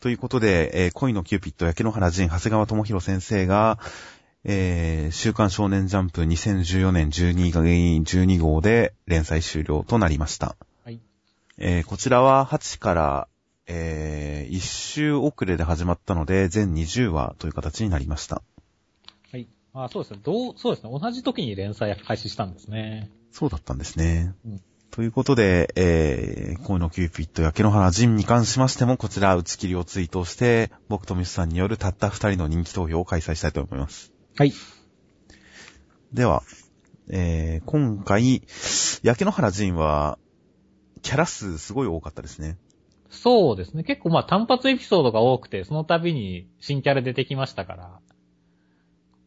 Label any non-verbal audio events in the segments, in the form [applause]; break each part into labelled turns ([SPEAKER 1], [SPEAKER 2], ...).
[SPEAKER 1] ということで、えー恋のキューピッド、焼け野原仁、長谷川智博先生が、えー週刊少年ジャンプ2014年12月12号で連載終了となりました。
[SPEAKER 2] はい。
[SPEAKER 1] えーこちらは8から、え1週遅れで始まったので、全20話という形になりました。
[SPEAKER 2] はい。まあそうですね。どう、そうですね。同じ時に連載開始したんですね。
[SPEAKER 1] そうだったんですね。
[SPEAKER 2] うん
[SPEAKER 1] ということで、えー、恋のキューピッド、焼け野原ジンに関しましても、こちら打ち切りをツイートして、僕とミスさんによるたった二人の人気投票を開催したいと思います。
[SPEAKER 2] はい。
[SPEAKER 1] では、えー、今回、焼け野原ジンは、キャラ数すごい多かったですね。
[SPEAKER 2] そうですね。結構まあ単発エピソードが多くて、その度に新キャラ出てきましたから。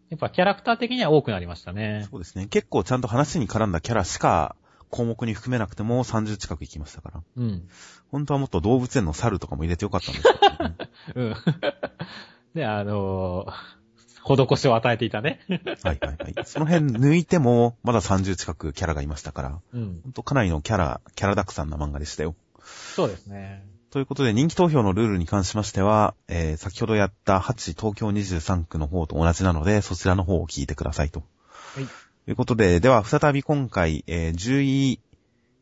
[SPEAKER 2] やっぱキャラクター的には多くなりましたね。
[SPEAKER 1] そうですね。結構ちゃんと話に絡んだキャラしか、項目に含めなくても30近くいきましたから。
[SPEAKER 2] うん。
[SPEAKER 1] 本当はもっと動物園の猿とかも入れてよかったんですけどね。
[SPEAKER 2] うん。 [laughs] で、あのー施しを与えていた [laughs] ね。
[SPEAKER 1] はいはいはい。その辺抜いても、まだ30近くキャラがいましたから、
[SPEAKER 2] うん。
[SPEAKER 1] ほんとかなりのキャラ、キャラたくさんな漫画でしたよ。
[SPEAKER 2] そうですね。
[SPEAKER 1] ということで、人気投票のルールに関しましては、えー、先ほどやった8東京23区の方と同じなので、そちらの方を聞いてくださいと。
[SPEAKER 2] はい。
[SPEAKER 1] ということで、では再び今回、えー、10位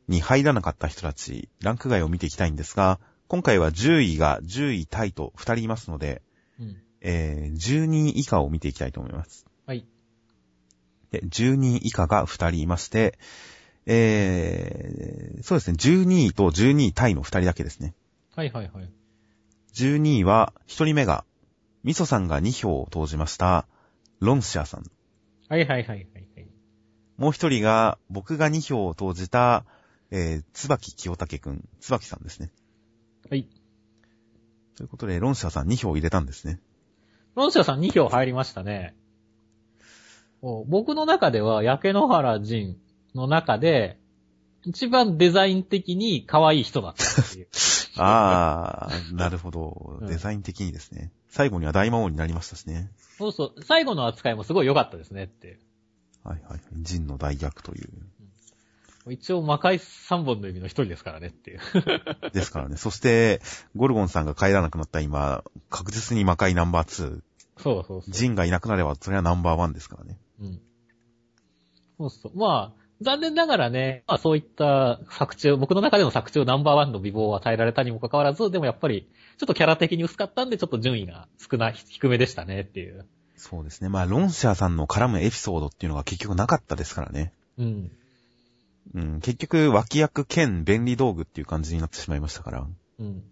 [SPEAKER 1] に入らなかった人たち、ランク外を見ていきたいんですが、今回は10位が10位タイと2人いますので、
[SPEAKER 2] うん。
[SPEAKER 1] えー、12位以下を見ていきたいと思います。
[SPEAKER 2] はい。
[SPEAKER 1] で、12位以下が2人いまして、えー、そうですね、12位と12位タイの2人だけですね。
[SPEAKER 2] はいはいはい。
[SPEAKER 1] 12位は、1人目が、ミソさんが2票を投じました、ロンシアさん。
[SPEAKER 2] はいはいはいはいはい。
[SPEAKER 1] もう1人が、僕が2票を投じた、えー、椿清武くん、椿さんですね。
[SPEAKER 2] はい。
[SPEAKER 1] ということで、ロンシアさん2票入れたんです
[SPEAKER 2] [laughs]
[SPEAKER 1] ね。
[SPEAKER 2] ロンシアさん2票入りましたね。お僕の中では、焼け野原人の中で、一番デザイン的に可愛い人だったっていう。
[SPEAKER 1] あー、なるほど
[SPEAKER 2] う。ん
[SPEAKER 1] デザイン的にですね。最後には大魔王になりましたしね。
[SPEAKER 2] そうそう、最後の扱いもすごい良かったですねって。
[SPEAKER 1] はいはい。ジンの大逆という。
[SPEAKER 2] 一応魔界3本の指の一人ですからねっていう。
[SPEAKER 1] ですからね。
[SPEAKER 2] [laughs]
[SPEAKER 1] そして、ゴルゴンさんが帰らなくなった今、確実に魔界ナンバー2。
[SPEAKER 2] そうそうそう。
[SPEAKER 1] ジンがいなくなれば、それはナンバーワンですからね。
[SPEAKER 2] うん。そうそう。まあ、残念ながらね、まあそういった作中、僕の中での作中ナンバーワンの美貌を与えられたにもかかわらず、でもやっぱり、ちょっとキャラ的に薄かったんで、ちょっと順位が少ない、低めでしたねっていう。
[SPEAKER 1] そうですね。まあ、ロンシャーさんの絡むエピソードっていうのが結局なかったですからね。
[SPEAKER 2] うん。
[SPEAKER 1] うん、結局、脇役兼便利道具っていう感じになってしまいましたから。
[SPEAKER 2] うん。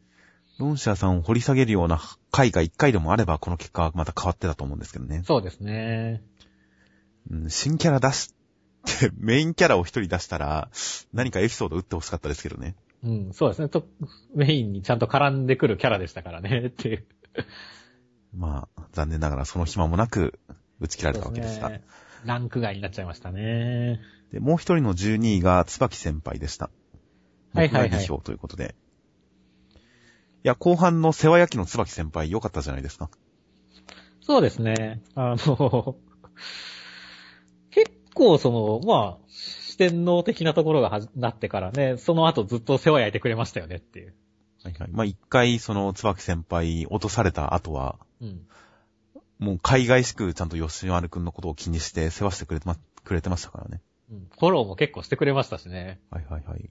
[SPEAKER 1] ロンシャーさんを掘り下げるような回が一回でもあれば、この結果はまた変わってたと思うんですけどね。
[SPEAKER 2] そうですね。
[SPEAKER 1] うん、新キャラ出して、メインキャラを一人出したら、何かエピソード打ってほしかったですけどね。
[SPEAKER 2] うん、そうですね。と、メインにちゃんと絡んでくるキャラでしたからね、っていう。
[SPEAKER 1] まあ、残念ながらその暇もなく打ち切られたわけでした。
[SPEAKER 2] そう
[SPEAKER 1] で
[SPEAKER 2] ねランク外になっちゃいましたね。
[SPEAKER 1] もう一人の12位が椿先輩でした。
[SPEAKER 2] はいはいはい
[SPEAKER 1] 僕が2票ということで。いや、後半の世話焼きの椿先輩良かったじゃないですか。
[SPEAKER 2] そうですね。あの、結構その、まあ、四天王的なところがはじなってからね、その後ずっと世話焼いてくれましたよねっていう。
[SPEAKER 1] はいはい。まあ一回その椿先輩落とされた後は、
[SPEAKER 2] うん。
[SPEAKER 1] もう海外しくちゃんと吉丸くんのことを気にして世話してくれてま、くれてましたからね。
[SPEAKER 2] うんフォローも結構してくれましたしね。
[SPEAKER 1] はいはいはい。い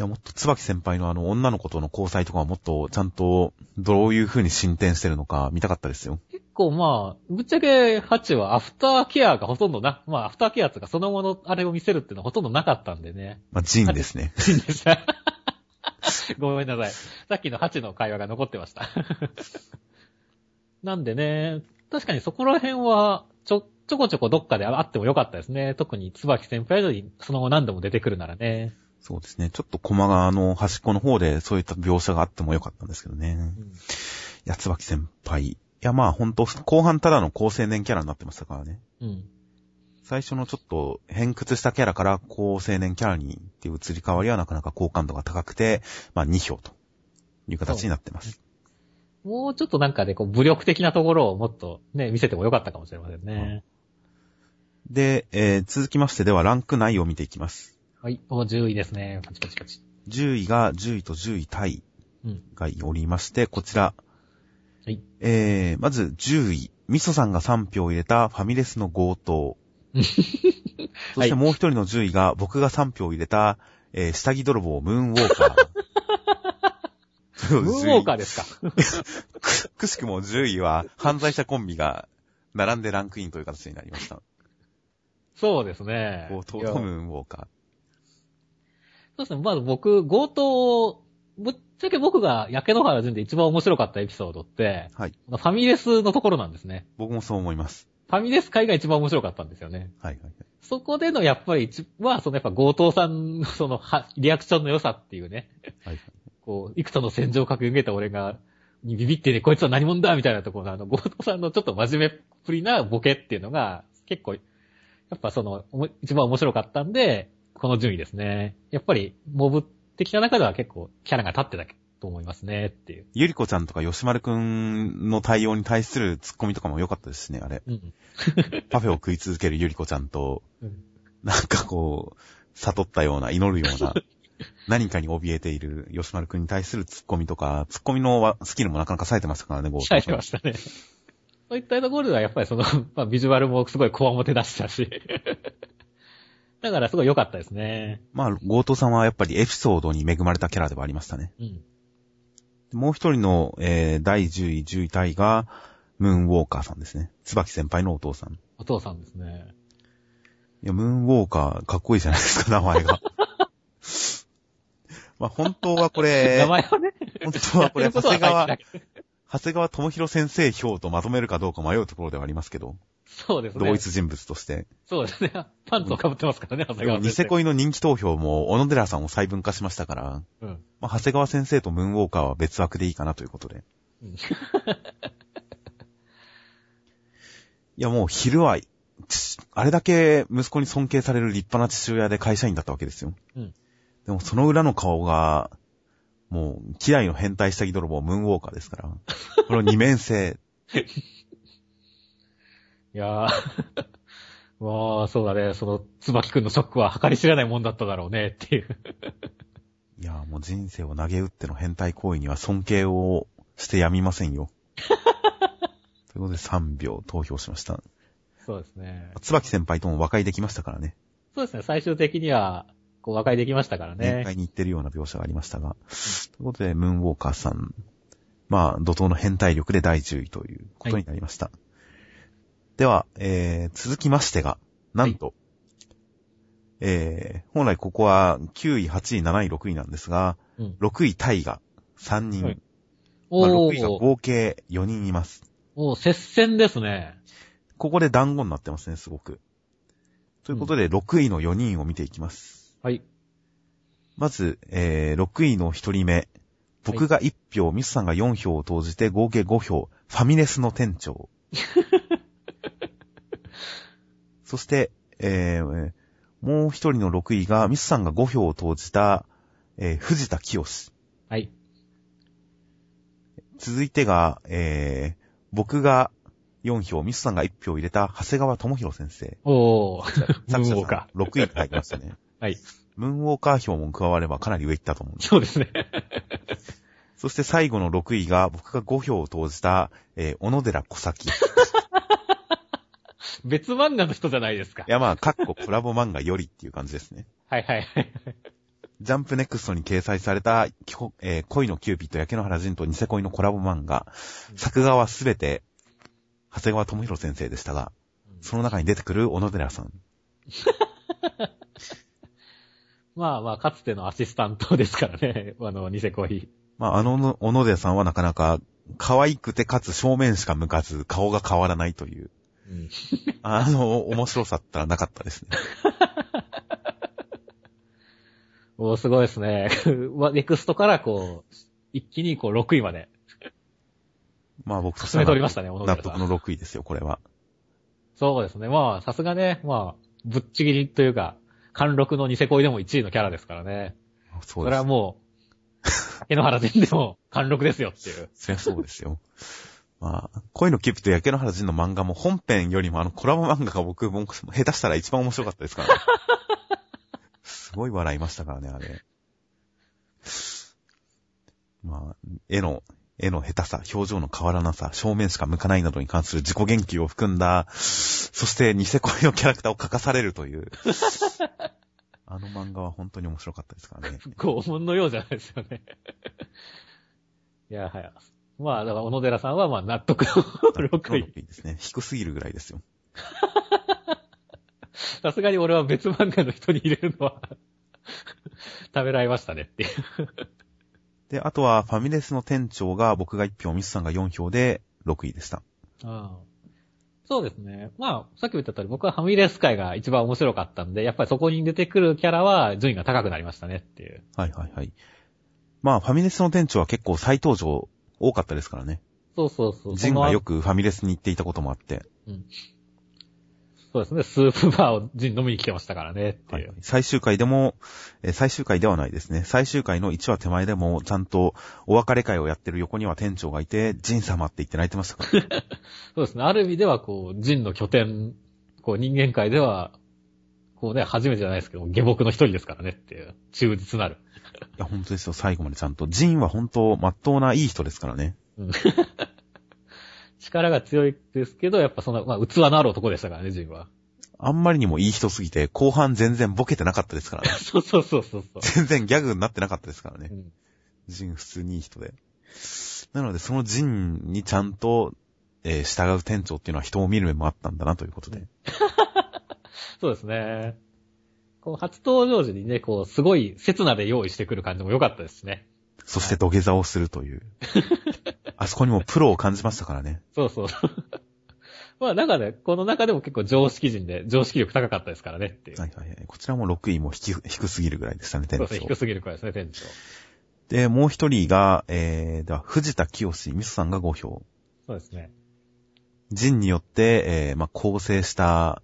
[SPEAKER 1] や、もっと椿先輩のあの女の子との交際とかはもっとちゃんとどういう風に進展してるのか見たかったですよ。
[SPEAKER 2] 結構まあ、ぶっちゃけハチはアフターケアがほとんどな、まあアフターケアっていうかそのものあれを見せるっていうのはほとんどなかったんでね。 [laughs]
[SPEAKER 1] まあ、ジンですね。
[SPEAKER 2] ジンでした。ごめんなさい。さっきのハチの会話が残ってました。 [laughs] なんでね、確かにそこら辺は、ちょ、ちょこちょこどっかであってもよかったですね。特に椿先輩よりその後何度も出てくるならね。
[SPEAKER 1] そうですね。ちょっと駒川の端っこの方でそういった描写があってもよかったんですけどね
[SPEAKER 2] う。ん
[SPEAKER 1] いや、椿先輩。いや、まあ本当後半ただの高青年キャラになってましたからね。
[SPEAKER 2] うん。
[SPEAKER 1] 最初のちょっと偏屈したキャラから高青年キャラにっていう移り変わりはなかなか好感度が高くて、まあ2票という形になってます。
[SPEAKER 2] もうちょっとなんかで、こう、武力的なところをもっとね、見せてもよかったかもしれませんね。
[SPEAKER 1] で、えー続きましてではランク内を見ていきます。
[SPEAKER 2] はい。もう10位ですね。パチパチパチ。
[SPEAKER 1] 10位が10位と10位タイ。
[SPEAKER 2] うん。
[SPEAKER 1] がおりまして、こちら。
[SPEAKER 2] はい。
[SPEAKER 1] えー、まず10位。ミソさんが3票入れたファミレスの強盗。そしてもう一人の10位が、僕が3票入れた、えー、下着泥棒、ムーンウォー
[SPEAKER 2] [laughs]
[SPEAKER 1] カー。
[SPEAKER 2] ムーンウォーカー
[SPEAKER 1] で。
[SPEAKER 2] ですか。
[SPEAKER 1] くくしくも10位は、犯罪者コンビが、並んでランクインという形になりました。
[SPEAKER 2] そうですね。
[SPEAKER 1] 強盗
[SPEAKER 2] いや
[SPEAKER 1] とムーンウォーカ
[SPEAKER 2] そうですね。まず僕、強盗を、ぶっちゃけ僕が焼け野原順で一番面白かったエピソードって、
[SPEAKER 1] ー。はい。
[SPEAKER 2] ファミレスのところなんですね。
[SPEAKER 1] 僕もそう思います。
[SPEAKER 2] ファミレス会が一番面白かったんですよね。
[SPEAKER 1] はいはい
[SPEAKER 2] そこでのやっぱり一は、そのやっぱ強盗さんのそのはリアクションの良さっていうね、
[SPEAKER 1] はい。はい
[SPEAKER 2] こう、いくつの戦場を駆け抜けた俺が、にビビってね、こいつは何者だみたいなところの、あの、強盗さんのちょっと真面目っぷりなボケっていうのが、結構、やっぱその、おも一番面白かったんで、この順位ですね。やっぱり、モブ的な中では結構、キャラが立ってたと思いますね、っていう。
[SPEAKER 1] ゆりこちゃんとか吉丸くんの対応に対するツッコミとかも良かったですしね、あれ。
[SPEAKER 2] うん。
[SPEAKER 1] パフェを食い続けるゆりこちゃんと、
[SPEAKER 2] うん
[SPEAKER 1] なんかこう、悟ったような、祈るよう
[SPEAKER 2] [laughs]
[SPEAKER 1] な、何かに怯えている吉丸くんに対するツッコミとか、ツッコミのわスキルもなかなか冴えてましたからね、ゴ
[SPEAKER 2] 鍛えてましたね。そういったところではやっぱりその、 [laughs] まあ、ビジュアルもすごい強もて出したし。 [laughs] だからすごい良かったですね。
[SPEAKER 1] まあ、ゴートさんはやっぱりエピソードに恵まれたキャラではありましたね。
[SPEAKER 2] うん。
[SPEAKER 1] もう一人の、えー、第10位、10位タイが、ムーンウォーカーさんですね。椿先輩のお父さん。い
[SPEAKER 2] お父さんですね。
[SPEAKER 1] や、ムーンウォーカー、かっこいいじゃないですか、名前が。 [laughs] まあ、本当はこれ
[SPEAKER 2] 名、前はね、
[SPEAKER 1] 本当はこれ、
[SPEAKER 2] やってるこ
[SPEAKER 1] 長
[SPEAKER 2] とは
[SPEAKER 1] 谷川
[SPEAKER 2] 大事だ、けど
[SPEAKER 1] 長谷川智弘先生票とまとめるかどうか迷うところではありますけど、
[SPEAKER 2] そうですね。
[SPEAKER 1] 同一人物として。
[SPEAKER 2] そうですね。パンツを被ってますからね、長
[SPEAKER 1] で
[SPEAKER 2] 谷
[SPEAKER 1] も、
[SPEAKER 2] 川
[SPEAKER 1] ニセ
[SPEAKER 2] 先
[SPEAKER 1] 恋の人気投票も、小野寺さんを細分化しましたから、
[SPEAKER 2] 生。うん。
[SPEAKER 1] まあ、長谷川先生とムーンウォーカーは別枠でいいかなということで。
[SPEAKER 2] う
[SPEAKER 1] い
[SPEAKER 2] ん
[SPEAKER 1] や、もう昼は、父あれだけ息子に尊敬される立派な父親で会社員だったわけですよ。
[SPEAKER 2] うん
[SPEAKER 1] でも、その裏の顔が、もう、嫌いの変態下着泥棒、ムーンウォーカーです
[SPEAKER 2] [laughs]
[SPEAKER 1] から、この二面性、
[SPEAKER 2] いやー。 [laughs] まあ、そうだね。その、椿くんのショックは計り知れないもんだっただろうね、っていう。
[SPEAKER 1] いやーもう人生を投げ打っての変態行為には尊敬をしてやみません
[SPEAKER 2] [laughs]
[SPEAKER 1] よ。ということで3秒投票しました。
[SPEAKER 2] そうですね。
[SPEAKER 1] 椿先輩とも和解できましたからね。
[SPEAKER 2] そうですね。最終的には、こう、和解できましたから
[SPEAKER 1] 面
[SPEAKER 2] ね。
[SPEAKER 1] 会に行ってるような描写がありましたが。ということで、ムーンウォーカーさん。まあ、怒涛の変態力で第10位ということになりました。では、えー、続きましてが、なんと、えー、本来ここは9位、8位、7位、6位なんですが、
[SPEAKER 2] うん
[SPEAKER 1] 6位タイが3人、
[SPEAKER 2] はい
[SPEAKER 1] まあ、
[SPEAKER 2] お
[SPEAKER 1] 6位が
[SPEAKER 2] ー、
[SPEAKER 1] 合計4人います。
[SPEAKER 2] おー接戦ですね。
[SPEAKER 1] ここで団子になってますね、すごく。ということで、6位の4人を見ていきます。
[SPEAKER 2] はい。
[SPEAKER 1] まず、えー、6位の1人目。僕が1票、ミスさんが4票を投じて、合計5票。ファミレスの店
[SPEAKER 2] [laughs]
[SPEAKER 1] 長。そして、えー、もう1人の6位が、ミスさんが5票を投じた、えー、藤田清。
[SPEAKER 2] はい。
[SPEAKER 1] 続いてが、えー、僕が4票、ミスさんが1票入れた、長谷川智弘先生。
[SPEAKER 2] おー、
[SPEAKER 1] 作者
[SPEAKER 2] ムーンウォー [laughs] カ
[SPEAKER 1] さん6位に入りましたね。
[SPEAKER 2] はい。
[SPEAKER 1] ムーンウォーカー票も加わればかなり上行ったと思うんです。
[SPEAKER 2] そうですね。
[SPEAKER 1] そして最後の6位が僕が5票を投じた、えー、小野寺小崎。い
[SPEAKER 2] 別漫画の人じゃないですか。
[SPEAKER 1] やまあ、かっこコラボ漫画よりっていう感じですね。
[SPEAKER 2] はいはいはい。
[SPEAKER 1] ジャンプネクストに掲載された、きょえー恋のキューピット、焼け野原人とニセ恋のコラボ漫画。作画はすべて、長谷川智弘先生でしたが、その中に出てくる小野寺さん。
[SPEAKER 2] まあまあ、かつてのアシスタントですからね。あの、ニセコイ。
[SPEAKER 1] まあ、あの、小野寺さんはなかなか、可愛くてかつ正面しか向かず、顔が変わらないという。
[SPEAKER 2] うん。
[SPEAKER 1] あの、面白さったらなかったですね。
[SPEAKER 2] おーすごいですね。 [laughs] わネクストからこう、一気にこう、6位まで
[SPEAKER 1] まあ僕として
[SPEAKER 2] 進め
[SPEAKER 1] は
[SPEAKER 2] ており
[SPEAKER 1] 納
[SPEAKER 2] ましたね、小野寺さ
[SPEAKER 1] 得
[SPEAKER 2] ん。
[SPEAKER 1] の6位ですよ、これは。
[SPEAKER 2] そうですね。まあ、さすがね、まあ、ぶっちぎりというか、貫禄のニセコイでも1位のキャラですからね。
[SPEAKER 1] そ
[SPEAKER 2] そうれ
[SPEAKER 1] で
[SPEAKER 2] は
[SPEAKER 1] す。
[SPEAKER 2] もう、江ノ原人でも貫禄ですよっていう。
[SPEAKER 1] そりゃそうですよ。 [laughs] まあ、恋のキューピット、焼け野原人の漫画も本編よりもあのコラボ漫画が僕、もう下手したら一番面白かったです
[SPEAKER 2] [laughs]
[SPEAKER 1] からね。すごい笑いましたからね、あれ。まあ、絵の、絵の下手さ、表情の変わらなさ、正面しか向かないなどに関する自己言及を含んだ、そしてニセ恋のキャラクターを書かされると
[SPEAKER 2] [laughs]
[SPEAKER 1] いう。あの漫画は本当に面白かったですからね。
[SPEAKER 2] 拷問のようじゃないですよね。いや、はい。まあ、だから、小野寺さんは、まあ、納得の6位。
[SPEAKER 1] いいですね。低すぎるぐらいですよ。
[SPEAKER 2] さすがに俺は別漫画の人に入れるのは、食べられましたねっていう。
[SPEAKER 1] で、あとはファミレスの店長が僕が1票、ミスさんが4票で6位でした。
[SPEAKER 2] ああそうですね。まあ、さっきも言った通り、僕はファミレス界が一番面白かったんで、やっぱりそこに出てくるキャラは順位が高くなりましたねっていう。
[SPEAKER 1] はいはいはい。まあ、ファミレスの店長は結構再登場多かったですからね。
[SPEAKER 2] そうそうそう。
[SPEAKER 1] ジンがよ
[SPEAKER 2] く。
[SPEAKER 1] くファミレスに行っていたこともあって、
[SPEAKER 2] そうですね。スープバーをジン飲みに来てましたからねって。
[SPEAKER 1] はいいう最終回でも、えー最終回ではないですね。最終回の1話手前でも、ちゃんとお別れ会をやってる横には店長がいて、ジン様って言って泣いてましたか
[SPEAKER 2] [laughs]
[SPEAKER 1] ら。
[SPEAKER 2] そうですね。ある意味では、こう、ジンの拠点、こう、人間界では、こうね、初めてじゃないですけど、下僕の一人ですからねっていう。忠実なる。
[SPEAKER 1] いや、本当ですよ。最後までちゃんと。ジンは本当、まっとうないい人ですからね。
[SPEAKER 2] [laughs] 力が強いですけど、やっぱその、まあ、器のある男でしたからね、ジンは。 [laughs]
[SPEAKER 1] あんまりにもいい人すぎて、後半全然ボケてなかったですからね。
[SPEAKER 2] そうそうそうそうそう。
[SPEAKER 1] 全然ギャグになってなかったですからね
[SPEAKER 2] う。ん
[SPEAKER 1] ジン普通にいい人で。なので、そのジンにちゃんと、えー従う店長っていうのは人を見る目もあったんだなということで。
[SPEAKER 2] そうですね。こう、初登場時にね、こう、すごい、刹那で用意してくる感じも良かったですね。
[SPEAKER 1] そして土下座をすると
[SPEAKER 2] [laughs]
[SPEAKER 1] いう。あそこにもプロを感じましたからね。
[SPEAKER 2] そうそう。 [laughs] まあ、なんかね、この中でも結構常識人で、常識力高かったですからねっていう。
[SPEAKER 1] はいはいはい。こちらも6位も低低すぎるぐらいでしたね、店
[SPEAKER 2] そうですね、低
[SPEAKER 1] 長。
[SPEAKER 2] すぎるくらいですね、店長。
[SPEAKER 1] で、もう一人が、えー、では、藤田清、ミスさんが5票。
[SPEAKER 2] そうですね。
[SPEAKER 1] ジンによって、えー、まあ、構成した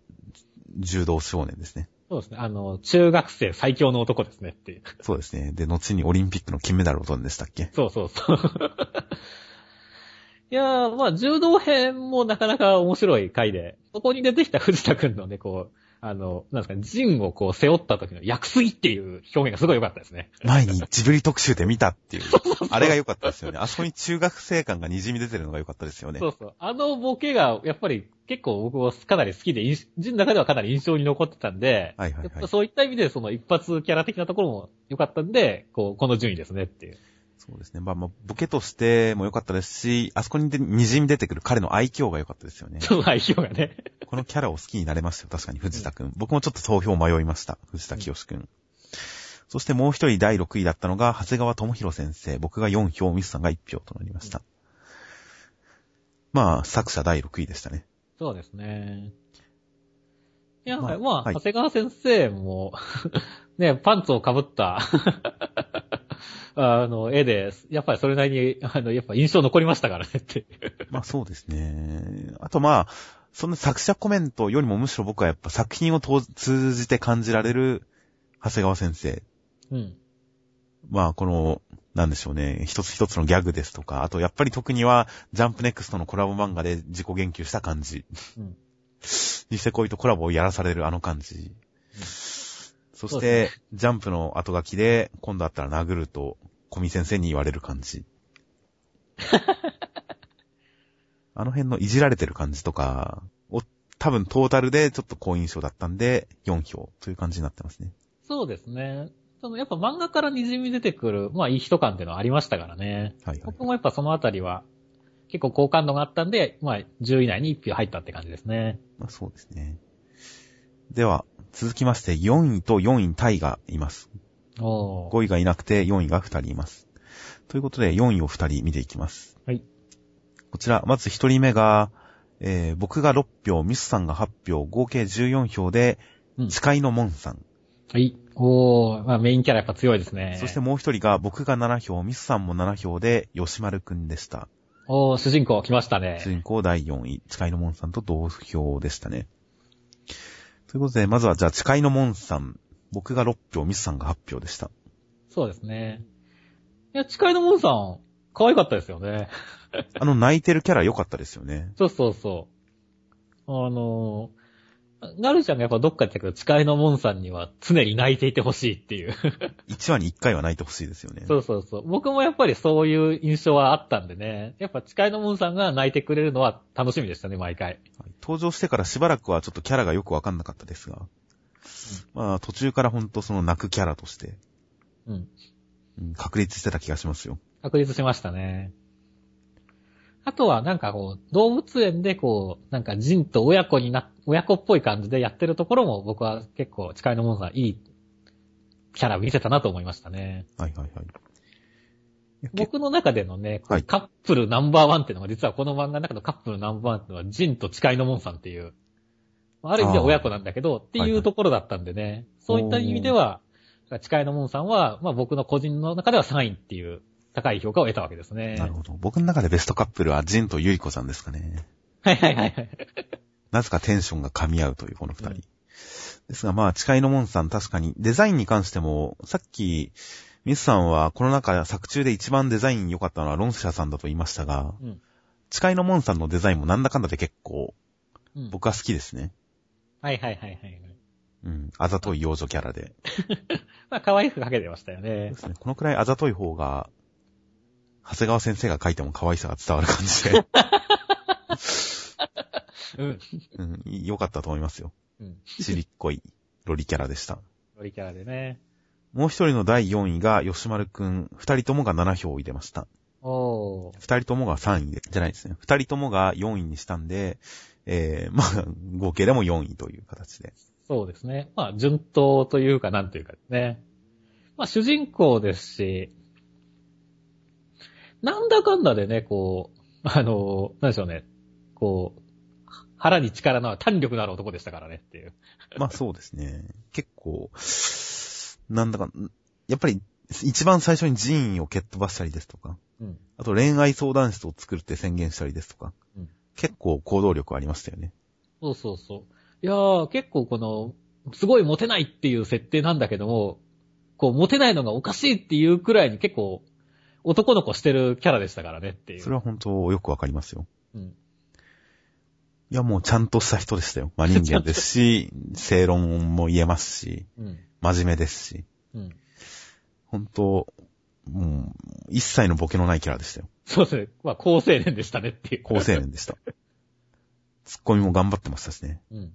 [SPEAKER 1] 柔道少年ですね。
[SPEAKER 2] そうですね。あの、中学生最強の男ですねっていう。 [laughs]
[SPEAKER 1] そうですね。で、後にオリンピックの金メダルを取るんでしたっけ
[SPEAKER 2] そうそうそう。 [laughs] いやー、まあ、柔道編もなかなか面白い回で、そこに出てきた藤田くんのね、こう、あの、なんですか、陣をこう背負った時の役すぎっていう表現がすごい良かったですね。
[SPEAKER 1] 前にジブリ特集で見たっていう。 [laughs] あれが良かったですよね。あそこに中学生感が滲み出てるのが良かったですよね
[SPEAKER 2] そ。うそう。あのボケが、やっぱり結構僕もかなり好きで、印陣の中ではかなり印象に残ってたんで、
[SPEAKER 1] はいはい
[SPEAKER 2] やっ
[SPEAKER 1] はい
[SPEAKER 2] ぱ。そういった意味で、その一発キャラ的なところも良かったんで、こう、この順位ですねっていう。
[SPEAKER 1] そうですね。まあまあ、ボケとしても良かったですし、あそこにで滲み出てくる彼の愛嬌が良かったですよね。
[SPEAKER 2] その相性が
[SPEAKER 1] [laughs]
[SPEAKER 2] ね。
[SPEAKER 1] このキャラを好きになれましたよ。確かに藤田くん。僕もちょっと投票迷いました。藤田清くん。そしてもう一人第6位だったのが、長谷川智弘先生。僕が4票、ミスさんが1票となりました。まあ、作者第6位でしたね。
[SPEAKER 2] そうですね。いや、
[SPEAKER 1] ま
[SPEAKER 2] ま
[SPEAKER 1] あ
[SPEAKER 2] あ、
[SPEAKER 1] はい
[SPEAKER 2] 長谷川先生も、ね、パンツをかぶった、 [laughs] あの、絵で、やっぱりそれなりに、あの、やっぱ印象残りましたからねっていう。
[SPEAKER 1] まあそうですね。あとまあ、その作者コメントよりもむしろ僕はやっぱ作品を通通じて感じられる長谷川先生
[SPEAKER 2] うん。
[SPEAKER 1] まあ、この、なんでしょうね。一つ一つのギャグですとか、あと、やっぱり特には、ジャンプネクストのコラボ漫画で自己言及した感じ。
[SPEAKER 2] うん
[SPEAKER 1] ニセ恋とコラボをやらされるあの感じ。そ
[SPEAKER 2] そ
[SPEAKER 1] し
[SPEAKER 2] うで
[SPEAKER 1] て、ジャンプの後書きで、今度あったら殴ると、コミ先生に言われる感
[SPEAKER 2] [laughs]
[SPEAKER 1] じ。あの辺のいじられてる感じとかを、多分トータルでちょっと好印象だったんで、4票という感じになってますね。
[SPEAKER 2] そうですね。そのやっぱ漫画から滲み出てくる、まあ、いい人感っていうのはありましたからね。
[SPEAKER 1] はいはい。
[SPEAKER 2] 僕もやっぱそのあたりは、結構好感度があったんで、まあ、10位以内に1票入ったって感じですね。
[SPEAKER 1] まあそうですね。では、続きまして4位と4位タイがいます。
[SPEAKER 2] おー。
[SPEAKER 1] 5位がいなくて4位が2人います。ということで4位を2人見ていきます。
[SPEAKER 2] はい。
[SPEAKER 1] こちら、まず1人目が、えー僕が6票、ミスさんが8票、合計14票で
[SPEAKER 2] う、ん
[SPEAKER 1] 誓いのモンさん。
[SPEAKER 2] はい。おー、まあ、メインキャラやっぱ強いですね。
[SPEAKER 1] そしてもう1人が僕が7票、ミスさんも7票で、吉丸くんでした。
[SPEAKER 2] おー、主人公来ましたね
[SPEAKER 1] 主。人公第4位、誓いのモンさんと同票でしたね。ということで、まずはじゃあ、誓いのモンさん。僕が6票、ミスさんが8票でした。
[SPEAKER 2] そうですね。いや、誓いのモンさん、可愛かったですよね。
[SPEAKER 1] あの泣いてるキャラ良かったですよね。
[SPEAKER 2] そうそうそう。あのーガルちゃんがやっぱどっかで言ったけど、誓いのモンさんには常に泣いていてほしいっていう。
[SPEAKER 1] 1話に1回は泣いてほしいですよね。
[SPEAKER 2] そうそうそう。僕もやっぱりそういう印象はあったんでね。やっぱ誓いのモンさんが泣いてくれるのは楽しみでしたね、毎回。
[SPEAKER 1] はい登場してからしばらくはちょっとキャラがよくわかんなかったですが、まあ途中からほんとその泣くキャラとして、
[SPEAKER 2] うん。
[SPEAKER 1] うん確立してた気がしますよ。
[SPEAKER 2] 確立しましたね。あとはなんかこう、動物園でこう、なんかジンと親子にな、親子っぽい感じでやってるところも僕は結構誓いのモンさんいいキャラ見せたなと思いましたね。
[SPEAKER 1] はいはいはい。
[SPEAKER 2] 僕の中でのね、こう
[SPEAKER 1] はい
[SPEAKER 2] カップルナンバーワンっていうのが、実はこの漫画の中のカップルナンバーワンっていうのは、ジンと誓いのモンさんっていう、ある意味では親子なんだけど、って
[SPEAKER 1] はい
[SPEAKER 2] い
[SPEAKER 1] はいう
[SPEAKER 2] ところだったんでね、そういった意味では、誓いのモンさんは、まあ僕の個人の中では3位っていう高い評価を得たわけですね。
[SPEAKER 1] なるほど。僕の中でベストカップルはジンとユリコちゃんですかね。
[SPEAKER 2] はいはいはいはい。
[SPEAKER 1] なぜかテンションが噛み合うというこの二人。
[SPEAKER 2] うん
[SPEAKER 1] ですがまあ、誓いのモンさん確かに、デザインに関しても、さっき、ミスさんはこの中作中で一番デザイン良かったのはロンシャさんだと言いましたが、
[SPEAKER 2] うん
[SPEAKER 1] 誓いのモンさんのデザインもなんだかんだで結構、
[SPEAKER 2] うん
[SPEAKER 1] 僕は好きですね。
[SPEAKER 2] はいはいはいはい。
[SPEAKER 1] うん。あざとい幼女キャラで。
[SPEAKER 2] まあ可愛くかけてましたよ
[SPEAKER 1] そう
[SPEAKER 2] ね
[SPEAKER 1] で。すね。このくらいあざとい方が、長谷川先生が書いても可愛さが伝わる感じで、
[SPEAKER 2] うん。
[SPEAKER 1] うん、良かったと思いますよ。
[SPEAKER 2] うん。
[SPEAKER 1] ちびっこい、ロリキャラでした。
[SPEAKER 2] ロリキャラでね。
[SPEAKER 1] もう一人の第4位が吉丸くん、二人ともが7票を入れました。
[SPEAKER 2] おー。
[SPEAKER 1] 二人ともが3位で、じゃないですね。二人ともが4位にしたんで、えー、 [laughs] まあ、合計でも4位という形で。
[SPEAKER 2] そうですね。まあ、順当というか、なんというかですね。まあ、主人公ですし、なんだかんだでね、こう、あの、なんでしょうね、こう、腹に力のある胆力のある男でしたからねっていう。
[SPEAKER 1] まあそうですね。結構、なんだか、やっぱり、一番最初に寺院を蹴っ飛ばしたりですとか、
[SPEAKER 2] うん。
[SPEAKER 1] あと恋愛相談室を作るって宣言したりですとか、
[SPEAKER 2] うん
[SPEAKER 1] 結構行動力ありましたよね。
[SPEAKER 2] そうそうそう。いやー、結構この、すごいモテないっていう設定なんだけども、こう、モテないのがおかしいっていうくらいに結構、男の子してるキャラでしたからねっていう。
[SPEAKER 1] それは本当よくわかりますよ。
[SPEAKER 2] うん。
[SPEAKER 1] いやもうちゃんとした人でしたよ。まあ人間です
[SPEAKER 2] [laughs]
[SPEAKER 1] し、正論も言えますし、
[SPEAKER 2] うん。
[SPEAKER 1] 真面目ですし、
[SPEAKER 2] うん。
[SPEAKER 1] 本当もう、一切のボケのないキャラでしたよ。
[SPEAKER 2] そうですね。まあ、高青年でしたねっていう。
[SPEAKER 1] 高青年でした。ツッコミも頑張ってましたしね。
[SPEAKER 2] うん。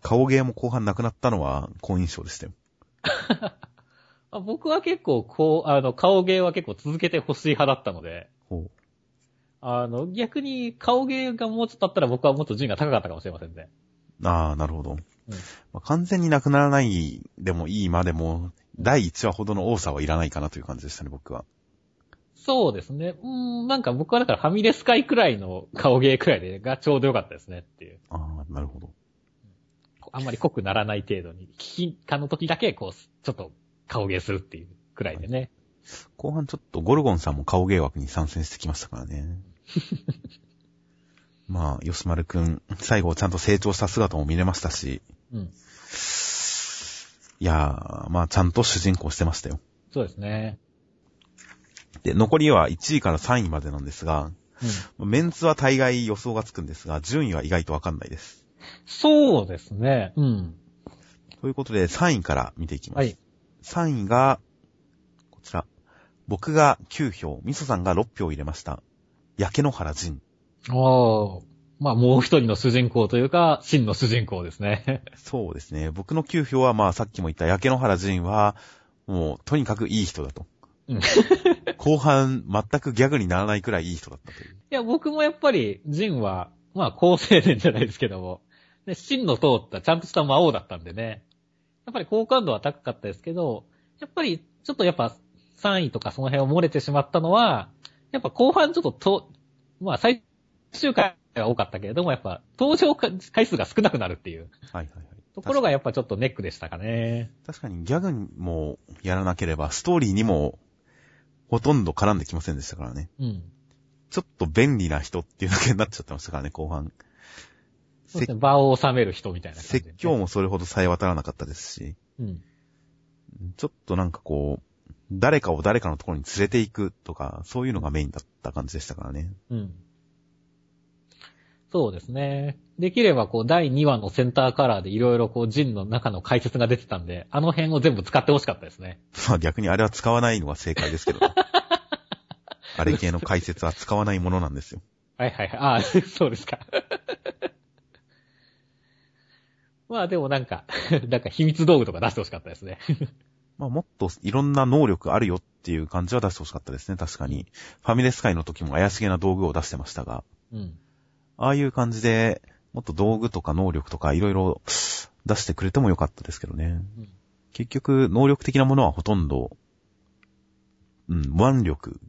[SPEAKER 1] 顔芸も後半なくなったのは好印象でしたよ。
[SPEAKER 2] あ僕は結構、こう、あの、顔芸は結構続けてほしい派だったので、
[SPEAKER 1] ほ
[SPEAKER 2] あの、逆に顔芸がもうちょっとあったら僕はもっと順位が高かったかもしれませんね。
[SPEAKER 1] うああ、なるほど。
[SPEAKER 2] うん
[SPEAKER 1] まあ完全になくならないでもいいまでも、第1話ほどの多さはいらないかなという感じでしたね、僕は。
[SPEAKER 2] そうですね。うーん、なんか僕はだからファミレス界くらいの顔芸くらいでがちょうどよかったですねっていう。
[SPEAKER 1] ああ、なるほど。
[SPEAKER 2] あんまり濃くならない程度に、危機化の時だけ、こう、ちょっと顔芸するっていうくらいでね。
[SPEAKER 1] 後半ちょっとゴルゴンさんも顔芸枠に参戦してきましたから
[SPEAKER 2] [laughs]
[SPEAKER 1] ね。まあ、吉丸くん、最後ちゃんと成長した姿も見れましたし、
[SPEAKER 2] うん。
[SPEAKER 1] いやー、まあちゃんと主人公してましたよ。
[SPEAKER 2] そうですね。
[SPEAKER 1] で、残りは1位から3位までなんですが、
[SPEAKER 2] うん。
[SPEAKER 1] メンツは大概予想がつくんですが、順位は意外とわかんないです。
[SPEAKER 2] そうですね。うん。
[SPEAKER 1] ということで、3位から見ていきます。
[SPEAKER 2] はい。
[SPEAKER 1] 3位が、こちら。僕が9票、みそさんが6票入れました。焼け野原仁。
[SPEAKER 2] おー。まあ、もう一人の主人公というか、真の主人公ですね。 [laughs]
[SPEAKER 1] そうですね。僕の9票は、まあさっきも言った焼け野原仁は、もうとにかくいい人だと。
[SPEAKER 2] うん
[SPEAKER 1] 後半、全くギャグにならないくらいいい人だったという。
[SPEAKER 2] いや、僕もやっぱり、ジンは、まあ、高青年じゃないですけども、ね、真の通った、ちゃんとした魔王だったんでね。やっぱり好感度は高かったですけど、やっぱり、ちょっとやっぱ、3位とかその辺を漏れてしまったのは、やっぱ後半ちょっとと、まあ、最終回は多かったけれども、やっぱ、登場回数が少なくなるっていう
[SPEAKER 1] はいはいはい。
[SPEAKER 2] ところがやっぱちょっとネックでしたかね。
[SPEAKER 1] 確かにギャグにもやらなければ、ストーリーにもほとんど絡んできませんでしたからね。
[SPEAKER 2] うん。
[SPEAKER 1] ちょっと便利な人っていうだけになっちゃってましたからね、後半。
[SPEAKER 2] そうですね、場を収める人みたいな感じでね、
[SPEAKER 1] 説教もそれほどさえ渡らなかったですし、
[SPEAKER 2] うん。
[SPEAKER 1] ちょっとなんかこう、誰かを誰かのところに連れて行くとか、そういうのがメインだった感じでしたからね。
[SPEAKER 2] うん。そうですね。できればこう第2話のセンターカラーでいろいろこうジンの中の解説が出てたんで、あの辺を全部使ってほしかったですね。
[SPEAKER 1] [laughs] まあ逆にあれは使わないのが正解ですけ
[SPEAKER 2] [laughs]
[SPEAKER 1] ど。あれ系の解説は使わないものなんですよ。
[SPEAKER 2] はいはいはい。ああ、 [laughs] そうですか。まあでもなんか、 [laughs] なんか秘密道具とか出してほしかったですね。 [laughs]
[SPEAKER 1] まあもっといろんな能力あるよっていう感じは出してほしかったですね、確かに。ファミレス界の時も怪しげな道具を出してましたが、
[SPEAKER 2] うん。
[SPEAKER 1] ああいう感じで、もっと道具とか能力とかいろいろ出してくれてもよかったですけどね。
[SPEAKER 2] うん
[SPEAKER 1] 結局、能力的なものはほとんど、うん、腕力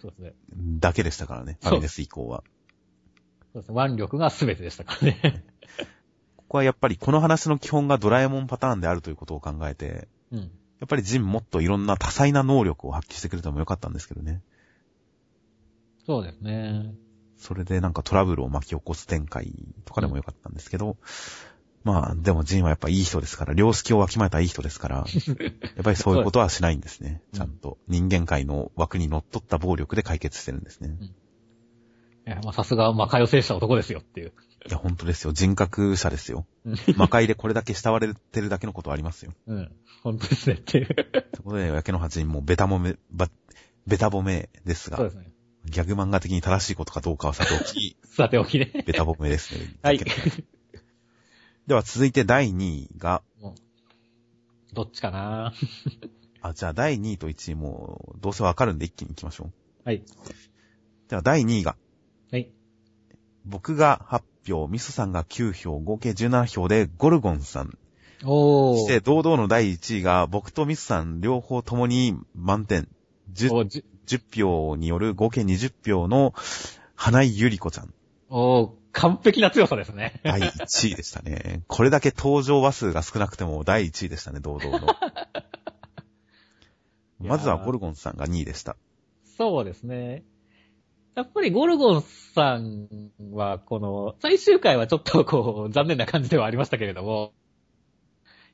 [SPEAKER 2] そうですね。
[SPEAKER 1] だけでしたからね、ファミレス以降は。
[SPEAKER 2] そうですね。腕力が全てでしたからね。 [laughs]
[SPEAKER 1] ここはやっぱりこの話の基本がドラえもんパターンであるということを考えて、
[SPEAKER 2] うん。
[SPEAKER 1] やっぱりジンもっといろんな多彩な能力を発揮してくれてもよかったんですけどね。
[SPEAKER 2] そうですね。
[SPEAKER 1] それでなんかトラブルを巻き起こす展開とかでもよかったんですけど、まあでもジンはやっぱいい人ですから、良識をわきまえたいい人です
[SPEAKER 2] [laughs]
[SPEAKER 1] から、やっぱりそういうことはしないんですね。
[SPEAKER 2] うん
[SPEAKER 1] ちゃんと人間界の枠に則っった暴力で解決してるんですね。
[SPEAKER 2] いや、まあさすが魔界を制した男ですよっていう。
[SPEAKER 1] いや、本当ですよ。人格者ですよ。
[SPEAKER 2] うん
[SPEAKER 1] 魔界でこれだけ慕われてるだけのことはあり
[SPEAKER 2] [laughs]
[SPEAKER 1] ますよ。
[SPEAKER 2] うん。本当ですねっていう。
[SPEAKER 1] ということで、やけのはじもベタもめ、ば、ベタ褒めです
[SPEAKER 2] そうで
[SPEAKER 1] が、
[SPEAKER 2] すね。
[SPEAKER 1] ギャグ漫画的に正しいことかどうかはさてお
[SPEAKER 2] [laughs]
[SPEAKER 1] き、
[SPEAKER 2] さておきね。
[SPEAKER 1] ベタ褒めですね。
[SPEAKER 2] [laughs] はい
[SPEAKER 1] だけど。では続いて第2位が、
[SPEAKER 2] どっちかな
[SPEAKER 1] あ、じゃあ第2位と1位もう、どうせわかるんで一気に行きましょう。
[SPEAKER 2] はい。
[SPEAKER 1] では第2位が、
[SPEAKER 2] はい。
[SPEAKER 1] 僕が8票、ミソさんが9票、合計17票でゴルゴンさん。
[SPEAKER 2] お
[SPEAKER 1] そし
[SPEAKER 2] ー。
[SPEAKER 1] て堂々の第1位が、僕とミソさん両方ともに満点。10,
[SPEAKER 2] おーじ
[SPEAKER 1] 10票による合計20票の、花井ゆり子ちゃん。
[SPEAKER 2] おー完璧な強さですね。
[SPEAKER 1] 第1位でしたね。これだけ登場話数が少なくても第1位でしたね、堂々の。
[SPEAKER 2] いやー
[SPEAKER 1] まずはゴルゴンさんが2位でした。
[SPEAKER 2] [laughs] そうですね。やっぱりゴルゴンさんは、この、最終回はちょっとこう、残念な感じではありましたけれども、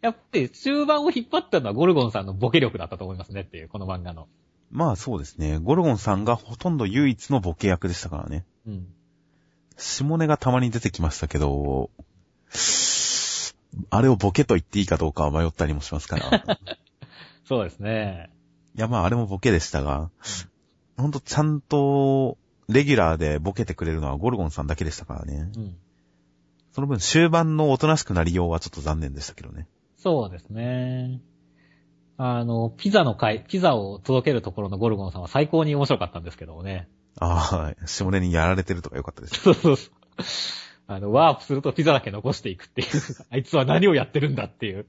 [SPEAKER 2] やっぱり終盤を引っ張ったのはゴルゴンさんのボケ力だったと思いますねっていう、この漫画の。
[SPEAKER 1] まあそうですね。ゴルゴンさんがほとんど唯一のボケ役でしたからね。
[SPEAKER 2] うん。
[SPEAKER 1] 下根がたまに出てきましたけど、あれをボケと言っていいかどうかは迷ったりもしますから。
[SPEAKER 2] そうですね。
[SPEAKER 1] いやまああれもボケでしたが、ほんとちゃんとレギュラーでボケてくれるのはゴルゴンさんだけでしたからね
[SPEAKER 2] う。ん。
[SPEAKER 1] その分終盤のおとなしくなりようはちょっと残念でしたけどね。
[SPEAKER 2] そうですね。あの、ピザの回、ピザを届けるところのゴルゴンさんは最高に面白かったんですけどもね。 [laughs]
[SPEAKER 1] ああ、下根にやられてるとかよかったです。
[SPEAKER 2] そうそうそう。あの、ワープするとピザだけ残していくっていう。 [laughs] あいつは何をやってるんだっていう。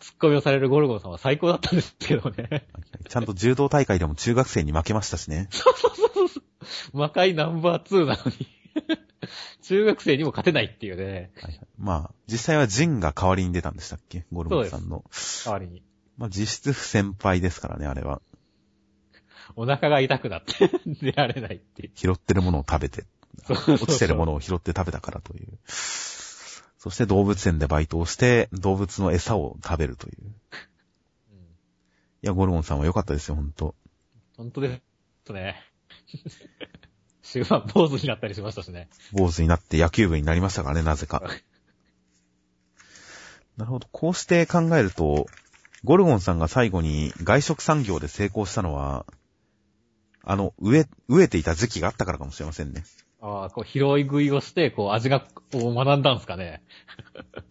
[SPEAKER 2] ツッコミをされるゴルゴンさんは最高だったんですけどね。
[SPEAKER 1] ちゃんと柔道大会でも中学生に負けましたしね。
[SPEAKER 2] 魔界ナンバー2なのに。 [laughs] 中学生にも勝てないっていうね、
[SPEAKER 1] まあ、実際はジンが代わりに出たんでしたっけゴルゴンさんの。
[SPEAKER 2] 代わりに。
[SPEAKER 1] まあ実質不先輩ですからね、あれは。
[SPEAKER 2] お腹が痛くなって、出られないっていう。
[SPEAKER 1] 拾ってるものを食べて、
[SPEAKER 2] そうそうそう
[SPEAKER 1] 落ちてるものを拾って食べたからという。そして動物園でバイトをして、動物の餌を食べるという。
[SPEAKER 2] うん
[SPEAKER 1] いや、ゴルゴンさんは良かったですよ、ほんと。
[SPEAKER 2] 本当ですね。終盤坊主になったりしましたしね。
[SPEAKER 1] 坊主になって野球部になりましたからね、なぜか。なるほど。こうして考えると、ゴルゴンさんが最後に外食産業で成功したのは、あの、植え、植えていた時期があったからかもしれませんね。
[SPEAKER 2] ああ、こう、拾い食いをして、こう、味が、を学んだんですかね。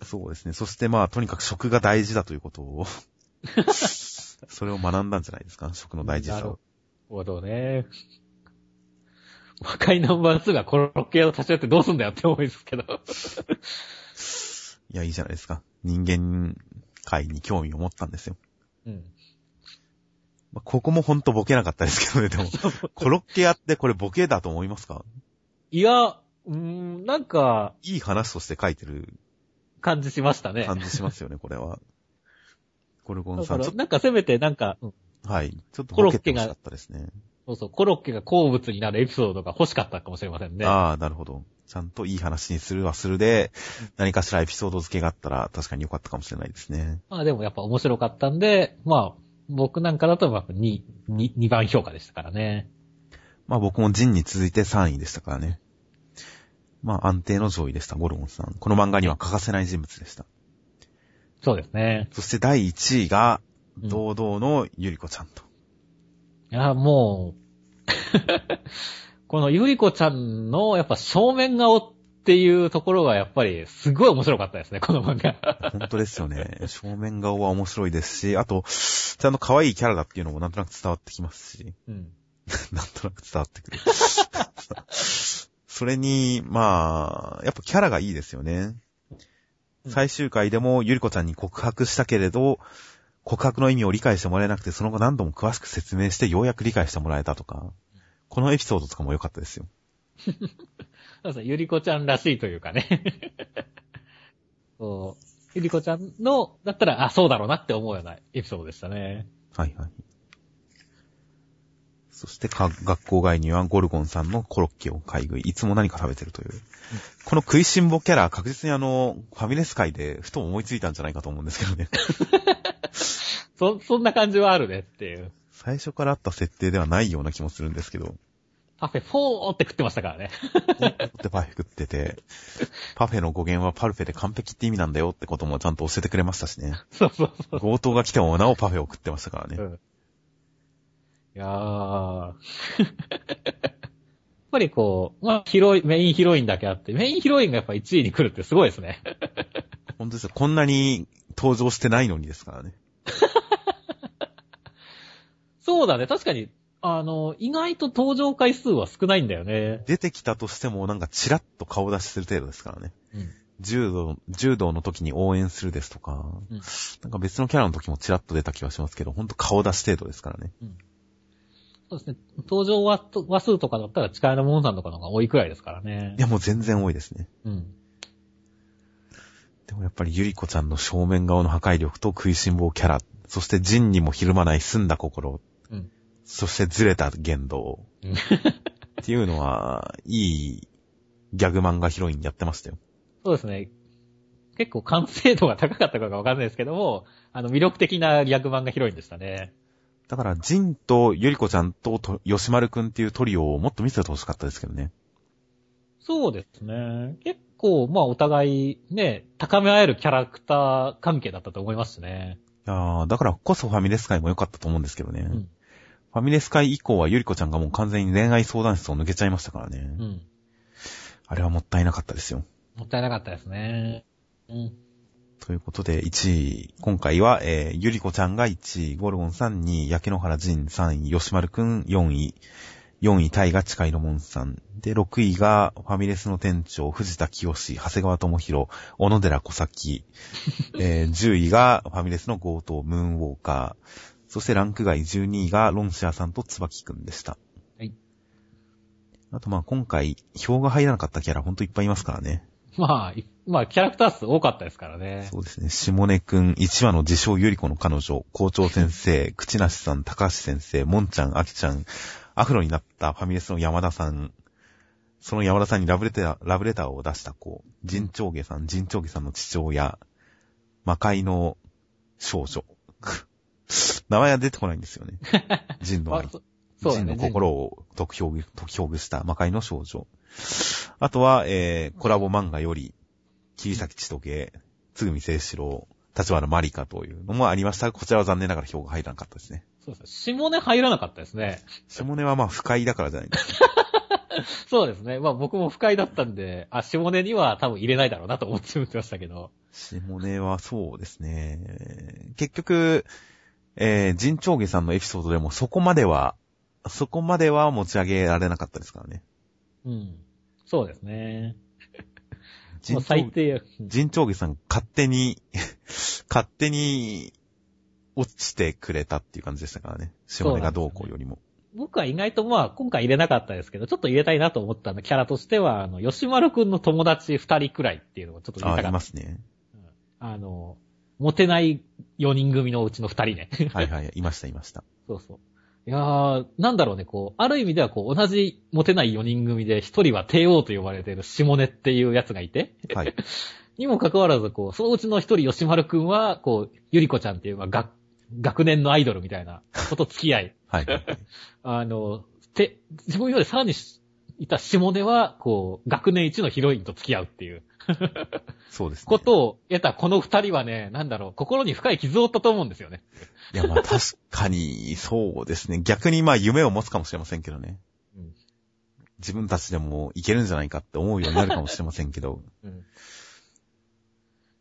[SPEAKER 1] そうですね。そしてまあ、とにかく食が大事だということ
[SPEAKER 2] [laughs]
[SPEAKER 1] を、それを学んだんじゃないですか、食の大事
[SPEAKER 2] な
[SPEAKER 1] さ
[SPEAKER 2] る
[SPEAKER 1] を。
[SPEAKER 2] ほどね。魔界ナンバー2がコロッケ屋を立ち寄ってどうすんだよって思いですけど。
[SPEAKER 1] いや、いいじゃないですか。人間界に興味を持ったんですよ。
[SPEAKER 2] うん。
[SPEAKER 1] まあ、ここもほんとボケなかったですけどね、で
[SPEAKER 2] [laughs]
[SPEAKER 1] も、コロッケ屋ってこれボケだと思いますか
[SPEAKER 2] いや、うーん、なんか、
[SPEAKER 1] いい話として書いてる
[SPEAKER 2] 感じしましたね。
[SPEAKER 1] 感じしますよね、これは。ゴルゴン
[SPEAKER 2] だ
[SPEAKER 1] さ
[SPEAKER 2] か
[SPEAKER 1] ん、ち
[SPEAKER 2] ら、
[SPEAKER 1] ょっ
[SPEAKER 2] なんかせめて、なんか、うん
[SPEAKER 1] と、はい。ちょっとボケてほしかったですね。
[SPEAKER 2] そうそう、コロッケが好物になるエピソードが欲しかったかもしれませんね。
[SPEAKER 1] ああ、なるほど。ちゃんといい話にするはするで、何かしらエピソード付けがあったら確かに良かったかもしれないですね。
[SPEAKER 2] まあでもやっぱ面白かったんで、まあ、僕なんかだとやっぱ 2, 2, 番評価でしたからね。
[SPEAKER 1] まあ僕もジンに続いて3位でしたからね。まあ安定の上位でした、ゴルゴンさん。この漫画には欠かせない人物でした。
[SPEAKER 2] そうですね。
[SPEAKER 1] そして第1位が、
[SPEAKER 2] うん
[SPEAKER 1] 堂々のゆりこちゃんと。
[SPEAKER 2] いや、もう、 [laughs] このゆりこちゃんのやっぱ正面顔っていうところがやっぱりすごい面白かったですね、この
[SPEAKER 1] [laughs]
[SPEAKER 2] 漫画。
[SPEAKER 1] 本当ですよね。正面顔は面白いですし、あと、ちゃんと可愛いキャラだっていうのもなんとなく伝わってきますし、
[SPEAKER 2] うん。
[SPEAKER 1] [laughs] なんとなく伝わってくる。 [laughs] それに、まあ、やっぱキャラがいいですよね。
[SPEAKER 2] うん
[SPEAKER 1] 最終回でもゆりこちゃんに告白したけれど、告白の意味を理解してもらえなくて、その後何度も詳しく説明してようやく理解してもらえたとか、このエピソードとかも良かったですよ。
[SPEAKER 2] そうですね、ゆりこちゃんらしいというかね。そう。ゆりこちゃんの、だったら、あ、そうだろうなって思うようなエピソードでしたね。
[SPEAKER 1] はいはい。そしてか、学校外にはゴルゴンさんのコロッケを買い食い、いつも何か食べてるという。この食いしん坊キャラ、確実にあの、ファミレス界でふと思いついたんじゃないかと思うんですけどね。
[SPEAKER 2] そ、そんな感じはあるねっていう。
[SPEAKER 1] 最初からあった設定ではないような気もするんですけど、
[SPEAKER 2] パフェ、フォーって食ってましたからね。 [laughs]
[SPEAKER 1] でパフェ食ってて、パフェの語源はパルフェで完璧って意味なんだよってこともちゃんと教えてくれましたしね。
[SPEAKER 2] そうそうそう。
[SPEAKER 1] 強盗が来てもなおパフェを食ってましたからね。
[SPEAKER 2] うんいやー。や [laughs] っぱりこう、まあ、ヒロイン、メインヒロインだけあって、メインヒロインがやっぱ1位に来るってすごいですね。
[SPEAKER 1] 本当ですよ。こんなに登場してないのにですからね。
[SPEAKER 2] そうだね、確かに、あの、意外と登場回数は少ないんだよね。
[SPEAKER 1] 出てきたとしてもなんかチラッと顔出しする程度ですからね。
[SPEAKER 2] うん。
[SPEAKER 1] 柔道、柔道の時に応援するですとか、
[SPEAKER 2] うん
[SPEAKER 1] なんか別のキャラの時もチラッと出た気はしますけど、ほんと顔出し程度ですからね。
[SPEAKER 2] そうですね、登場話話数とかだったら力のものさんとかの方が多いくらいですからね
[SPEAKER 1] い。やもう全然多いですね。
[SPEAKER 2] うん。
[SPEAKER 1] でもやっぱりゆりこちゃんの正面顔の破壊力と食いしん坊キャラ、そしてジンにもひるまない澄んだ心、
[SPEAKER 2] うん
[SPEAKER 1] そしてずれた言動、
[SPEAKER 2] うん
[SPEAKER 1] っていうのは、いいギャグ漫画ヒロインやってましたよ。
[SPEAKER 2] そうですね。結構完成度が高かったかがわかんないですけども、あの、魅力的な逆漫がヒロインでしたね。
[SPEAKER 1] だから、ジンとゆりこちゃんとと吉丸くんっていうトリオをもっと見せてほしかったですけどね。
[SPEAKER 2] そうですね。結構、まあ、お互い、ね、高め合えるキャラクター関係だったと思いますしね。
[SPEAKER 1] いやーだからこそファミレス界も良かったと思うんですけどね。
[SPEAKER 2] うん。
[SPEAKER 1] ファミレス界以降はゆりこちゃんがもう完全に恋愛相談室を抜けちゃいましたからね。
[SPEAKER 2] うん。
[SPEAKER 1] あれはもったいなかったですよ。
[SPEAKER 2] もったいなかったですね。うん。
[SPEAKER 1] ということで、1位、今回は、えー、ゆりこちゃんが1位、ゴルゴンさん2位、焼け野原仁3位、吉丸くん4位、4位タイが近いのもんさん。で、6位がファミレスの店長、藤田清、長谷川智弘、小野寺小
[SPEAKER 2] [laughs]
[SPEAKER 1] 崎。えー、10位がファミレスの強盗、ムーンウォーカー。そしてランク外12位がロンシアさんと椿くんでした。
[SPEAKER 2] はい。
[SPEAKER 1] あとまあ今回、票が入らなかったキャラほんといっぱいいますからね。
[SPEAKER 2] まあ、いまあ、キャラクター数多かったですからね。
[SPEAKER 1] そうですね。下根くん、1話の自称ゆり子の彼女、校長先生、 [laughs] 口なしさん、高橋先生、もんちゃん、あきちゃん、アフロになったファミレスの山田さん、その山田さんにラブレター、ラブレターを出した子、陣長家さん、陣長家さんの父親、魔界の少女。 [laughs] 名前は出てこないんですよね。陣の
[SPEAKER 2] あ
[SPEAKER 1] 愛。
[SPEAKER 2] そそうだ
[SPEAKER 1] 人
[SPEAKER 2] ね。
[SPEAKER 1] の心を解きほぐ、解きほぐした魔界の少女。あとは、えー、コラボ漫画より、桐崎千時、つぐみ聖志郎、立花まりかというのもありましたが、こちらは残念ながら票が入らなかったですね。
[SPEAKER 2] そうですね。下根入らなかったですね。
[SPEAKER 1] 下根はまあ不快だからじゃないですか。
[SPEAKER 2] そうですね。まあ僕も不快だったんで、あ、下根には多分入れないだろうなと思ってましたけど。
[SPEAKER 1] 下根はそうですね。結局、えー、陣長家さんのエピソードでもそこまでは、そこまでは持ち上げられなかったですからね。
[SPEAKER 2] うん。そうですね。も
[SPEAKER 1] 陣
[SPEAKER 2] う
[SPEAKER 1] 長
[SPEAKER 2] 最低。うん
[SPEAKER 1] 人長家さん勝手に、 [laughs] 勝手に落ちてくれたっていう感じでしたからね。下根がどうこうよりも。
[SPEAKER 2] 僕は意外とまあ今回入れなかったですけど、ちょっと入れたいなと思ったのキャラとしては、あの、吉丸くんの友達二人くらいっていうのをちょっと入
[SPEAKER 1] あ、
[SPEAKER 2] れた
[SPEAKER 1] い
[SPEAKER 2] か
[SPEAKER 1] ま
[SPEAKER 2] った。
[SPEAKER 1] すね。
[SPEAKER 2] あの、モテない4人組のうちの2人ね。 [laughs]
[SPEAKER 1] はいはい、いましたいました。
[SPEAKER 2] そうそう。いやー、なんだろうね、こう、ある意味ではこう、同じモテない4人組で、1人は帝王と呼ばれている下根っていうやつがいて、
[SPEAKER 1] はい。
[SPEAKER 2] にもかかわらず、こう、そのうちの一人、吉丸くんは、こう、ゆりこちゃんっていう、まあ、学、学年のアイドルみたいなこと付き合い。
[SPEAKER 1] はいはいはい。
[SPEAKER 2] あの、て、自分よりさらにしいた下根は、こう、学年一のヒロインと付き合うっていう
[SPEAKER 1] そうですね。
[SPEAKER 2] ことを得たこの二人はね、なんだろう、心に深い傷を負ったと思うんですよね。
[SPEAKER 1] いや、まあ確かに、そうですね。逆にまあ夢を持つかもしれませんけどね。
[SPEAKER 2] うん
[SPEAKER 1] 自分たちでもいけるんじゃないかって思うようになるかもしれませんけど。
[SPEAKER 2] うん。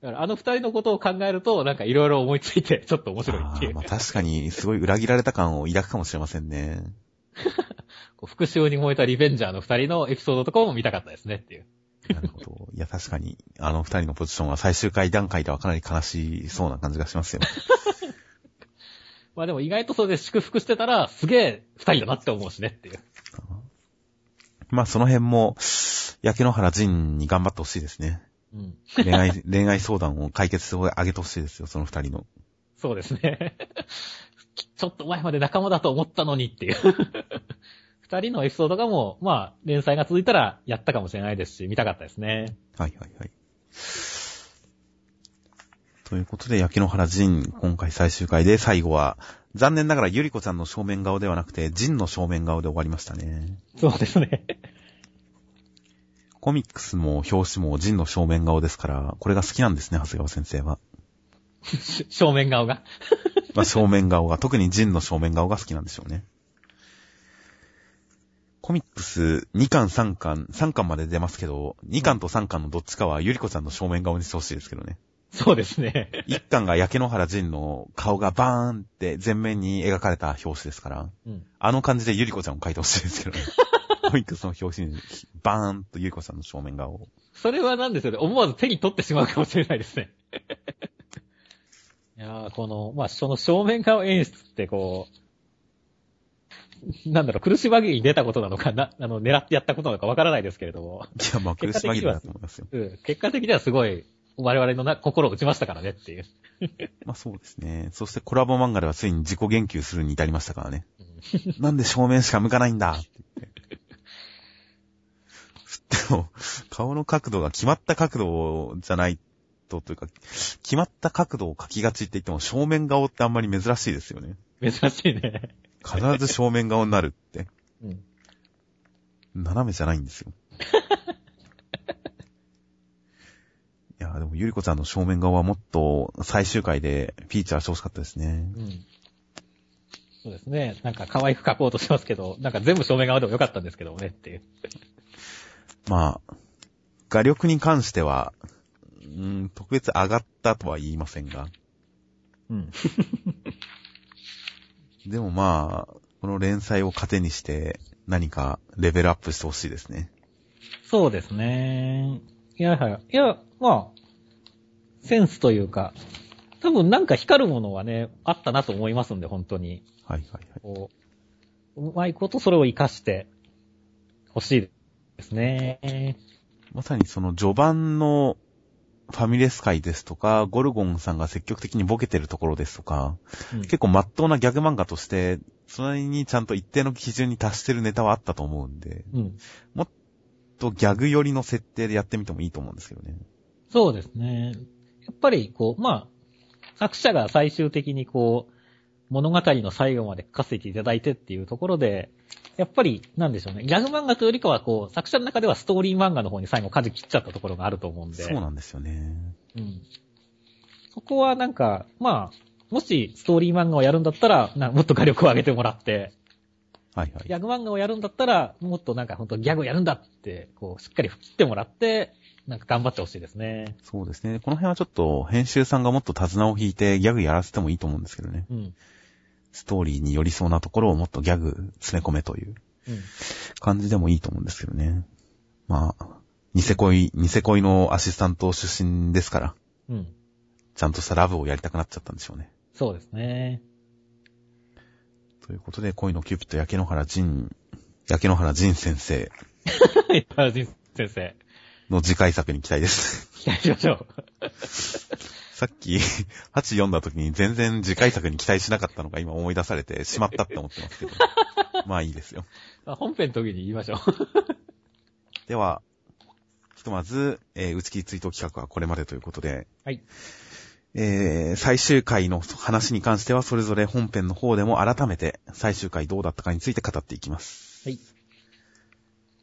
[SPEAKER 2] だからあの二人のことを考えると、なんかいろいろ思いついて、ちょ [laughs] っと面白い
[SPEAKER 1] あ
[SPEAKER 2] ってい
[SPEAKER 1] ー
[SPEAKER 2] う。
[SPEAKER 1] まあ確かに、すごい裏切られた感を抱くかもしれませんね。
[SPEAKER 2] こう復讐に燃えたリベンジャーの二人のエピソードとかも見たかったですねっていう。
[SPEAKER 1] なるほど。いや、確かに、あの二人のポジションは最終回段階ではかなり悲しそうな感じがしますよ。
[SPEAKER 2] まあでも意外とそれで祝福してたら、すげえ二人だなって思うしねっていう。
[SPEAKER 1] まあその辺も、焼け野原仁に頑張ってほしいですね。
[SPEAKER 2] うん。
[SPEAKER 1] 恋愛、恋愛相談を解決してあげてほしいですよ、その二人の。
[SPEAKER 2] そうですね。 [laughs] ちょっと前まで仲間だと思ったのにっていう。 [laughs] 二人のエピソードがもう、まあ、連載が続いたらやったかもしれないですし、見たかったですね。
[SPEAKER 1] はいはいはい。ということで、焼け野原仁、今回最終回で最後は、残念ながらゆりこちゃんの正面顔ではなくて、仁の正面顔で終わりましたね。
[SPEAKER 2] そうですね。
[SPEAKER 1] コミックスも表紙も仁の正面顔ですから、これが好きなんですね、長谷川先生は。
[SPEAKER 2] 正面顔が。
[SPEAKER 1] まあ、正面顔が、特にジンの正面顔が好きなんでしょうね。コミックス2巻3巻、3巻まで出ますけど、2巻と3巻のどっちかはゆりこちゃんの正面顔にしてほしいですけどね。
[SPEAKER 2] そうですね。
[SPEAKER 1] 1巻が焼け野原ジンの顔がバーンって全面に描かれた表紙ですから、
[SPEAKER 2] うん。
[SPEAKER 1] あの感じでゆりこちゃんを描いてほしいですけどね。コミックスの表紙にバーンとゆりこちゃんの正面顔を。
[SPEAKER 2] それはなんですよね。思わず手に取ってしまうかもしれないですね。 [laughs] いやーこの、まあ、その正面顔演出ってこう、なんだろう、苦し紛れに出たことなのかな、あの、狙ってやったことなのかわからないですけれども、
[SPEAKER 1] いや、まあ苦し紛れだと思いますよ。
[SPEAKER 2] うん、結果的にはすごい、我々のな心を打ちましたからねっていう。
[SPEAKER 1] まあそうですね。そしてコラボ漫画ではついに自己言及するに至りましたからね。なんで正面しか向かないんだって言って。でも、顔の角度が決まった角度じゃないと、というか、決まった角度を描きがちって言っても正面顔ってあんまり珍しいですよね。
[SPEAKER 2] 珍しいね。
[SPEAKER 1] 必ず正面顔になるって。
[SPEAKER 2] うん。
[SPEAKER 1] 斜めじゃないんですよ。いや、でもゆりこちゃんの正面顔はもっと最終回でフィーチャーしてほしかったですね。
[SPEAKER 2] うん。そうですね。なんか可愛く描こうとしますけど、なんか全部正面顔でもよかったんですけどもねっていう。
[SPEAKER 1] まあ、画力に関しては、うーん、特別上がったとは言いませんが、
[SPEAKER 2] うん。
[SPEAKER 1] でもまあ、この連載を糧にして、何かレベルアップしてほしいですね。
[SPEAKER 2] そうですね。いやはや、いや、まあ、センスというか、多分なんか光るものはね、あったなと思いますんで、本当に。
[SPEAKER 1] はいはいはい。
[SPEAKER 2] こう、うまいことそれを活かして欲しいですね。
[SPEAKER 1] まさにその序盤のファミレス界ですとか、ゴルゴンさんが積極的にボケてるところですとか、
[SPEAKER 2] うん
[SPEAKER 1] 結構真っ当なギャグ漫画として、それなりにちゃんと一定の基準に達してるネタはあったと思うんで、
[SPEAKER 2] うん。
[SPEAKER 1] とギャグ寄りの設定でやってみてもいいと思うんですけどね。
[SPEAKER 2] そうですね。やっぱり、こう、まあ、作者が最終的にこう、物語の最後まで書かせていただいてっていうところで、やっぱり、なんでしょうね。ギャグ漫画というよりかは、こう、作者の中ではストーリー漫画の方に最後舵切っちゃったところがあると思うんで。
[SPEAKER 1] そうなんですよね。
[SPEAKER 2] うん。そこはなんか、まあ、もしストーリー漫画をやるんだったら、なもっと画力を上げてもらって、
[SPEAKER 1] はいはい。
[SPEAKER 2] ギャグ漫画をやるんだったら、もっとなんか本当ギャグをやるんだって、こう、しっかり吹っ切ってもらって、なんか頑張ってほしいですね。
[SPEAKER 1] そうですね。この辺はちょっと編集さんがもっと手綱を引いてギャグやらせてもいいと思うんですけどね。
[SPEAKER 2] うん。
[SPEAKER 1] ストーリーに寄りそうなところをもっとギャグ詰め込めという
[SPEAKER 2] うん。
[SPEAKER 1] 感じでもいいと思うんですけどね。まあ、ニセ恋、ニセ恋のアシスタント出身ですから、
[SPEAKER 2] うん。
[SPEAKER 1] ちゃんとしたラブをやりたくなっちゃったんでしょうね。
[SPEAKER 2] そうです [laughs] ね。
[SPEAKER 1] ということで、恋のキューピット、焼け野原仁、焼け野原仁先生
[SPEAKER 2] はい、パラジン先生、
[SPEAKER 1] の次回作に期待です。[laughs]
[SPEAKER 2] [laughs] 期待しましょう。 [laughs]
[SPEAKER 1] さっき、8読んだ時に全然次回作に期待しなかったのが今思い出されてしまったって思ってますけど。まあいいですよ。
[SPEAKER 2] まあ本編の時に言いましょう。
[SPEAKER 1] では、ひとまず、えー打ち切り追悼企画はこれまでということで、
[SPEAKER 2] [laughs] はい。
[SPEAKER 1] えー最終回の話に関してはそれぞれ本編の方でも改めて最終回どうだったかについて語っていきます。
[SPEAKER 2] はい。